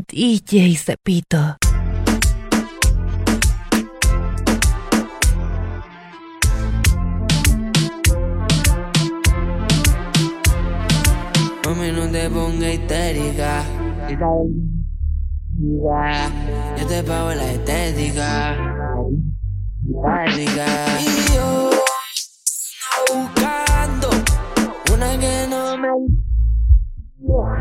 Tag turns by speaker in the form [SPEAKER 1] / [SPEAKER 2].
[SPEAKER 1] DJ Cepito.
[SPEAKER 2] Mami, no te pongas histérica. Yo te pago la estética. Y yo ando buscando una que no me.